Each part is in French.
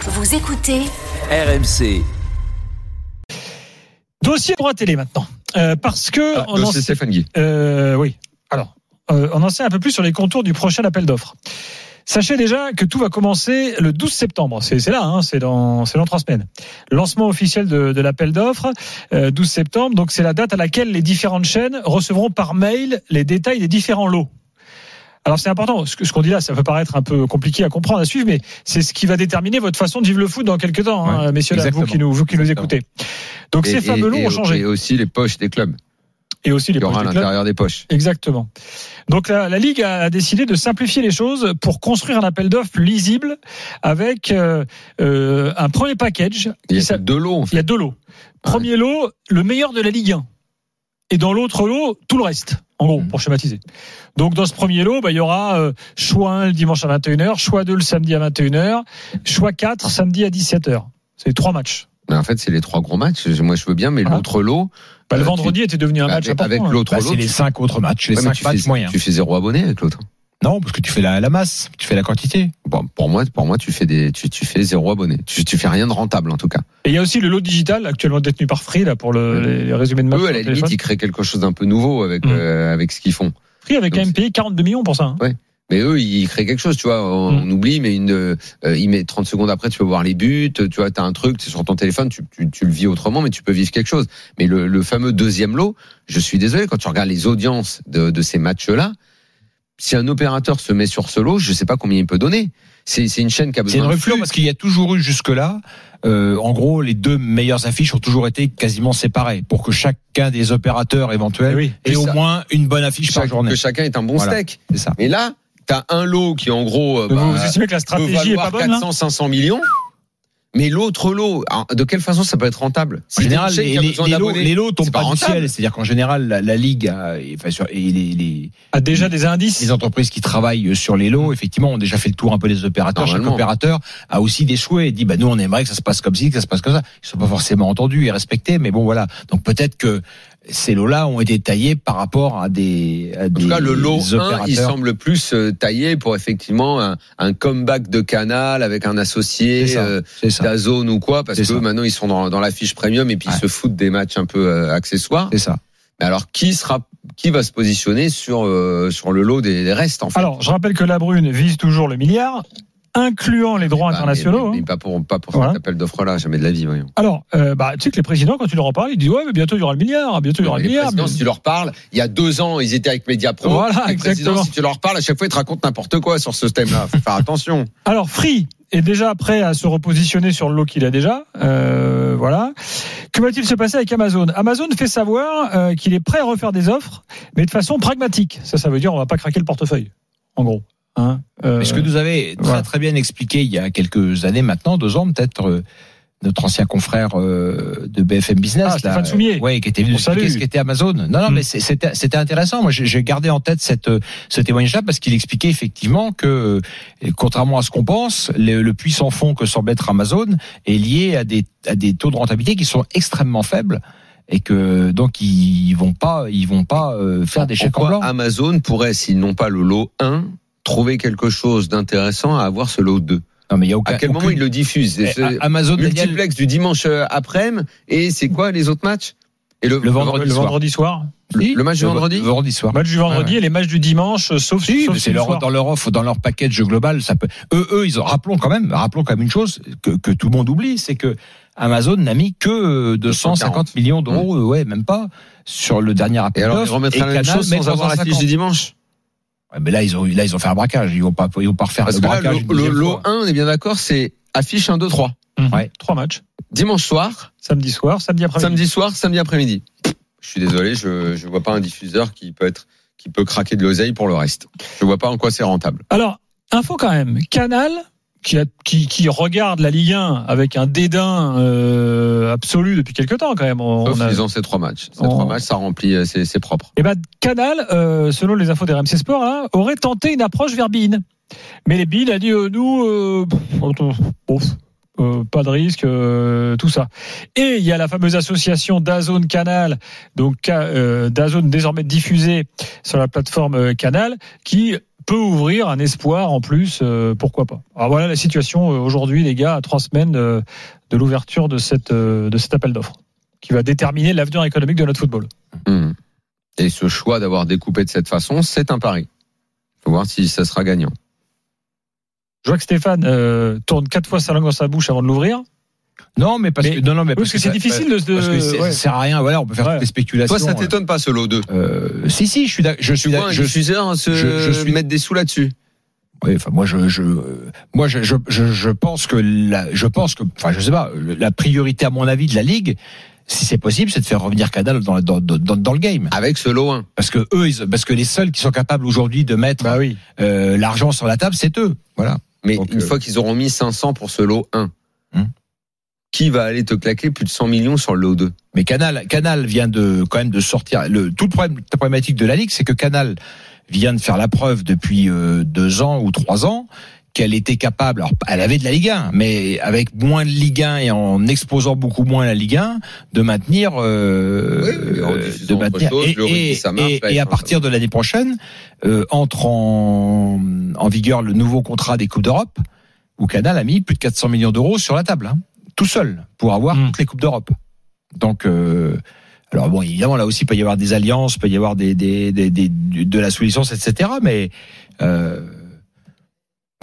Vous écoutez RMC. Dossier droit télé maintenant. Euh, parce que. Ah, on en donc c'est sait- Stéphane Guy. euh, oui. Alors, euh, on en sait un peu plus sur les contours du prochain appel d'offres. Sachez déjà que tout va commencer le 12 septembre. C'est c'est là, hein, c'est dans, c'est dans trois semaines. Lancement officiel de, de l'appel d'offres, euh, 12 septembre. Donc c'est la date à laquelle les différentes chaînes recevront par mail les détails des différents lots. Alors c'est important, ce que- ce qu'on dit là, ça peut paraître un peu compliqué à comprendre, à suivre, mais c'est ce qui va déterminer votre façon de vivre le foot dans quelques temps, hein, messieurs, dames, vous qui nous, vous qui nous exactement. écoutez. Donc ces fameux lots et- ont changé. Et aussi les poches des clubs. Et aussi les Il y aura à poches des clubs. l'intérieur des poches. Exactement. Donc la, la Ligue a décidé de simplifier les choses pour construire un appel d'offres plus lisible avec euh, euh, un premier package. Il Qui y a s'a- de l'eau, en il fait. y a deux lots. Premier lot, le meilleur de la Ligue 1. Et dans l'autre lot, tout le reste, en gros, Mhm. pour schématiser. Donc dans ce premier lot, bah, il y aura euh, choix 1 le dimanche à 21h, choix 2 le samedi à 21h, choix 4 samedi à 17h. C'est trois matchs. Mais en fait, c'est les trois gros matchs. Moi, je veux bien, mais Voilà. l'autre lot. Bah, le euh, vendredi était devenu un tu- match avec, important. avec hein. l'autre Bah, lot. c'est les tu- cinq autres matchs, les Ouais, mais cinq tu matchs fais- moyens. Tu fais zéro abonné avec l'autre. Non, parce que tu fais la, la masse, tu fais la quantité. Bon, pour moi, pour moi, tu fais des, tu, tu fais zéro abonné. Tu, tu fais rien de rentable en tout cas. Et il y a aussi le lot digital actuellement détenu par Free là pour le, Mhm. les, les résumés de matchs. Eux, à sur la téléphone. limite, ils créent quelque chose d'un peu nouveau avec Mm. euh, avec ce qu'ils font. Free avait quand Donc, même payé 42 millions pour ça. hein. Mais eux, ils créent quelque chose, tu vois. On, Mm. on oublie, mais une, euh, ils mettent 30 secondes après, tu peux voir les buts, tu vois, t'as un truc, t'es sur ton téléphone, tu, tu, tu le vis autrement, mais tu peux vivre quelque chose. Mais le, le fameux deuxième lot, je suis désolé, quand tu regardes les audiences de, de ces matchs-là, si un opérateur se met sur ce lot, je sais pas combien il peut donner. C'est c'est une chaîne qui a C'est besoin une de rupture flux. parce qu'il y a toujours eu jusque-là, euh, en gros, les deux meilleures affiches ont toujours été quasiment séparées pour que chacun des opérateurs éventuels Eh oui. ait Et au ça- moins une bonne affiche par Chaque- journée. que chacun est un bon Voilà. steak. C'est ça. Mais là, t'as un lot qui, en gros, euh, Donc, vous, bah, vous estimez que la peut stratégie est valoir pas bonne hein. là 400, 500 millions. Mais l'autre lot, alors, de quelle façon ça peut être rentable En Si général, t'es une chaîne les, qui a les- besoin les lots, d'abonnés, les lots tombent c'est pas, du rentable. ciel. C'est-à-dire qu'en général, la, la ligue a- et, enfin, sur- et les, les- hein a déjà des indices. les entreprises qui travaillent sur les lots, effectivement, ont déjà fait le tour un peu des opérateurs. Chaque Normalement. opérateur a aussi des souhaits et dit, bah, nous, on aimerait que ça se passe comme ci, que ça se passe comme ça. Ils sont pas forcément entendus et respectés, mais bon, voilà. Donc peut-être que ces lots-là ont été taillés par rapport à des, à En des tout cas, le lot 1, il opérateurs. semble plus euh, taillé pour effectivement un, un comeback de Canal avec un associé, C'est ça, euh, C'est ça. d'Azone ou quoi, parce que C'est ça. maintenant ils sont dans, dans la fiche premium et puis Ouais. ils se foutent des matchs un peu euh, accessoires. C'est ça. Mais alors, qui sera, qui va se positionner sur euh, sur le lot des, des restes en fait Alors, je rappelle que la Brune vise toujours le milliard, incluant les droits Bah, internationaux. mais, mais hein. pas pour pas pour Voilà. cet appel d'offres là, jamais de la vie, voyons. Alors, euh, bah, tu sais que les présidents, quand tu leur en parles, ils disent ouais, mais bientôt il y aura le milliard, bientôt il y aura le Les milliard. présidents, mais- si tu leur parles, il y a deux ans, ils étaient avec Mediapro. Voilà, les présidents, exactement. si tu leur parles, à chaque fois, ils te racontent n'importe quoi sur ce thème-là. Faut faire attention. Alors, Free est déjà prêt à se repositionner sur le lot qu'il a déjà. Euh, voilà. Que va-t-il se passer avec Amazon Amazon fait savoir euh, qu'il est prêt à refaire des offres, mais de façon pragmatique. Ça, ça veut dire on va pas craquer le portefeuille, en gros. Hein Euh, Mais ce que nous avait très voilà. très bien expliqué il y a quelques années maintenant, deux ans peut-être, euh, notre ancien confrère euh, de BFM Business, euh, Ah, Stéphane Soumier. ouais, qui était venu On nous expliquer salue. ce qu'était Amazon. Non, non, Mm. mais c'est- c'était c'était intéressant. Moi, j'ai j'ai gardé en tête cette euh, ce témoignage-là parce qu'il expliquait effectivement que, euh, contrairement à ce qu'on pense, le, le puissant fond que semble être Amazon est lié à des à des taux de rentabilité qui sont extrêmement faibles et que donc ils vont pas ils vont pas euh, faire des chèques en Pourquoi blanc. Amazon pourrait, s'ils n'ont pas le lot 1, trouver quelque chose d'intéressant à avoir ce lot 2 Non, mais il y a aucun. À quel moment Ben, aucune- ils le diffusent Eh, C'est Amazon Daniel, Multiplex du dimanche euh, après-midi, et c'est quoi les autres matchs et le, Le vendredi le soir. vendredi soir. le- le match du vendredi Bah, Le vendredi soir. Match du vendredi Ouais, et les matchs du dimanche, euh, sauf, Si, sauf mais c'est le leur, soir. dans leur offre, dans leur package global, ça peut. Eux, eux, ils ont, rappelons quand même, rappelons quand même une chose que, que tout le monde oublie, c'est que Amazon n'a mis que euh, 250 millions d'euros, euh, ouais, même pas, sur le dernier Mmh. Et appel alors, ils d'offres. remettraient la même Canal chose met sans avoir la fiche 350. du dimanche Ouais, mais là, ils ont, là, ils ont fait un braquage. Ils vont pas, ils vont pas refaire Parce le que là, braquage. une le, le deuxième lot fois. 1, on est bien d'accord, c'est affiche 1, 2, 3. Mhm. Ouais. Trois matchs. Dimanche soir, Samedi soir, samedi après-midi. samedi soir, samedi après-midi. Je suis désolé, je ne vois pas un diffuseur qui peut, être, qui peut craquer de l'oseille pour le reste. Je vois pas en quoi c'est rentable. Alors, info quand même. Canal, qui, a- qui, qui regarde la Ligue 1 avec un dédain euh, absolu depuis quelques temps quand même. On, Sauf on a- qu'ils ont ces trois matchs. Ces on- trois matchs, ça remplit, euh, c'est c'est propre. Eh ben, Canal, euh, selon les infos des RMC Sport, hein, aurait tenté une approche vers Bein. Mais les Bein a dit euh, nous, euh, pff, on- bon, pff, euh, pas de risque, euh, tout ça. Et il y a la fameuse association Dazone Canal, donc Ca- euh, Dazone désormais diffusée sur la plateforme euh, Canal, qui peut ouvrir un espoir en plus, euh, pourquoi pas. Alors voilà la situation euh, aujourd'hui, les gars, à trois semaines euh, de l'ouverture de, cette, euh, de cet appel d'offres, qui va déterminer l'avenir économique de notre football. Hum. Et ce choix d'avoir découpé de cette façon, c'est un pari. Faut voir si ça sera gagnant. Je vois que Stéphane euh, tourne quatre fois sa langue dans sa bouche avant de l'ouvrir. Oui, Non, mais parce Mais- que non, non, mais Parce, que, c'est ça- difficile de... Parce que de- c'est- ouais. ça sert à rien. Voilà, on peut faire Ouais. toutes les spéculations. Toi, ça t'étonne pas ce lot 2 euh, Si, si, je suis d'ac- je suis Tu d'ac- vois, je je suis se je- je suis- mettre des sous là-dessus. Oui, enfin moi je je euh, moi je je, je, je pense que la, je pense que enfin je sais pas le- la priorité à mon avis de la ligue si c'est possible c'est de faire revenir Canal dans, la- dans dans dans- dans le game Avec ce lot 1. parce que eux ils, parce que les seuls qui sont capables aujourd'hui de mettre Bah oui. euh, l'argent sur la table c'est eux voilà Mais Donc, une euh, fois qu'ils auront mis 500 pour ce lot 1, hmm. Hum. qui va aller te claquer plus de 100 millions sur le lot 2 mais Canal Canal vient de quand même de sortir le tout le problème la problématique de la ligue c'est que Canal vient de faire la preuve depuis euh, deux ans ou trois ans qu'elle était capable, alors elle avait de la Ligue 1, mais avec moins de Ligue 1 et en exposant beaucoup moins la Ligue 1, de maintenir, euh, Oui, oui, en euh, diffusant autre chose, et, le rugby, et- ça marche, et- là, et ils à font partir de l'année prochaine euh, entre en, en vigueur le nouveau contrat des coupes d'Europe où Canal a mis plus de 400 millions d'euros sur la table, hein, tout seul pour avoir Mm. toutes les coupes d'Europe. Donc euh, alors bon, évidemment, là aussi, il peut y avoir des alliances, il peut y avoir des, des, des, des- du- de la sous-licence, etc. Mais euh,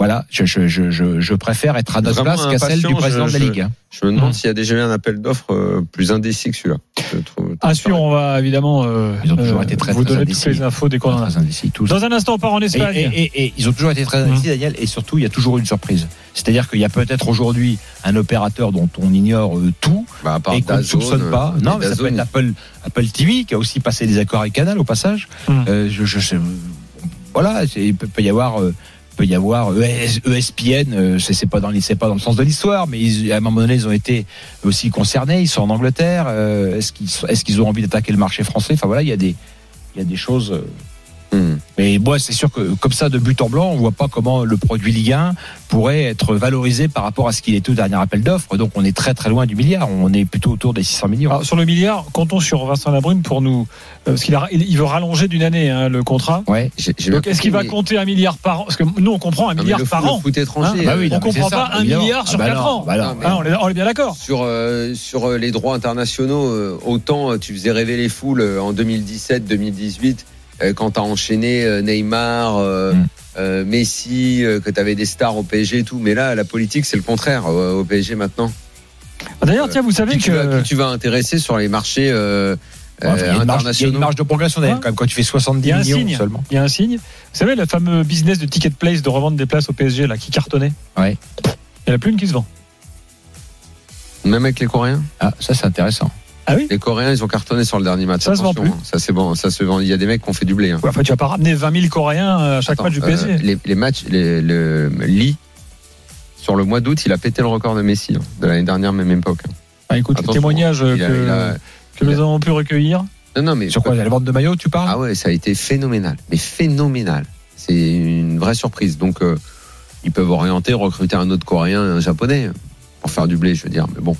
voilà, je, je, je, je, je préfère être à notre Vraiment place qu'à celle impatient, du président je- de la je- Ligue. hein. Je me demande Hum. s'il y a déjà eu un appel d'offres euh, plus indécis que celui-là. Je trouve- Ah, À suivre, Ah, on va évidemment euh, Ils ont toujours été très, vous très donner toutes indécis. les infos dès qu'on en a. Très indécis, tous. Dans un instant, on part en Et, Espagne. et- et- et ils ont toujours été très indécis, Daniel, et surtout, il y a toujours une surprise. C'est-à-dire qu'il y a peut-être aujourd'hui un opérateur dont on ignore euh, tout Bah, à part et qu'on ne DAZN, soupçonne pas. euh, Non, mais DAZN, ça peut être Apple, Apple TV qui a aussi passé des accords avec Canal au passage. Mm. Euh, je, je sais, voilà, c'est- il peut, peut y avoir. euh, peut y avoir ES, ESPN, euh, c'est c'est pas dans les- c'est pas dans le sens de l'histoire, mais ils- à un moment donné ils ont été aussi concernés, ils sont en Angleterre, euh, est-ce qu'ils sont- est-ce qu'ils ont envie d'attaquer le marché français Enfin voilà, il y a des il y a des choses. euh, hum. Mais moi c'est sûr que comme ça de but en blanc, on voit pas comment le produit Ligue 1 pourrait être valorisé par rapport à ce qu'il était au dernier appel d'offres. Donc on est très très loin du milliard, on est plutôt autour des 600 millions. Alors, sur le milliard, comptons sur Vincent Labrune pour nous. euh, parce qu'il a- il, il veut rallonger d'une année hein, le contrat. Ouais. J'ai- j'ai Donc bien est-ce qu'il va compris, mais- compter un milliard par an Parce que nous, on Ah, comprend un Non, Ah, mais milliard le par foot- le an. foot étranger, Hein euh, Bah oui, on non, mais comprend c'est ça, pas un évidemment. milliard sur Ah bah quatre non, ans. bah non. mais- Ah, on, est, on est bien d'accord. sur euh, sur euh, les droits internationaux euh, autant euh, tu faisais rêver les foules euh, en 2017 2018 euh, quand t'as enchaîné euh, Neymar euh, Mm. euh, Messi euh, que t'avais des stars au PSG et tout mais là la politique c'est le contraire euh, au PSG maintenant D'ailleurs, tiens, vous savez qui tu, vas, que qui tu vas intéresser sur les marchés euh, Enfin, il, y euh, a une marge, il y a une internationaux marge de progression d'ailleurs, Ouais. quand même, quand tu fais Il 70 y a un millions signe. seulement. il y a un signe. Vous savez, le fameux business de ticket place de revendre des places au PSG là, qui cartonnait Ouais. Il n'y en a plus une qui se vend. même avec les Coréens Ah, ça c'est intéressant. les Coréens ils ont cartonné sur le dernier match Ça se vend Attention, hein. ça c'est bon ça se vend il y a des mecs qui ont fait du blé hein. Ouais, enfin, tu vas pas ramener 20 000 Coréens euh, à chaque Attends, match du euh, PSG. les, les matchs, les- le Lee, sur le mois d'août, il a pété le record de Messi, hein, de l'année dernière, mais même époque. hein. Enfin, écoute, les Attention, témoignages euh, Il a- que, il a- que il a- nous avons pu recueillir. Non, non, mais. euh, Sur quoi La vente de maillot, tu parles Ah ouais, ça a été phénoménal. Mais phénoménal. C'est une vraie surprise. Donc, euh, ils peuvent orienter, recruter un autre Coréen, un Japonais, hein, pour faire du blé, je veux dire. Mais bon.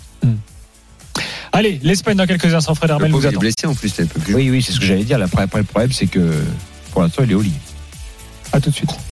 Allez, l'Espagne dans quelques instants, Fred Le Hermel pauvre, vous il est attend. blessé en plus, Ah, il peut plus jouer. Oui, oui, c'est ce que j'allais dire. Après, après, le problème, c'est que pour l'instant, il est au lit. A tout de suite.